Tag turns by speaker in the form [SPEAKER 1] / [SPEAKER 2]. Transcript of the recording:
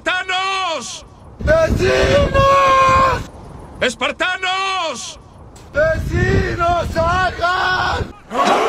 [SPEAKER 1] ¡Espartanos!
[SPEAKER 2] ¡Vecinos!
[SPEAKER 1] ¡Espartanos!
[SPEAKER 2] ¡Vecinos, hagan!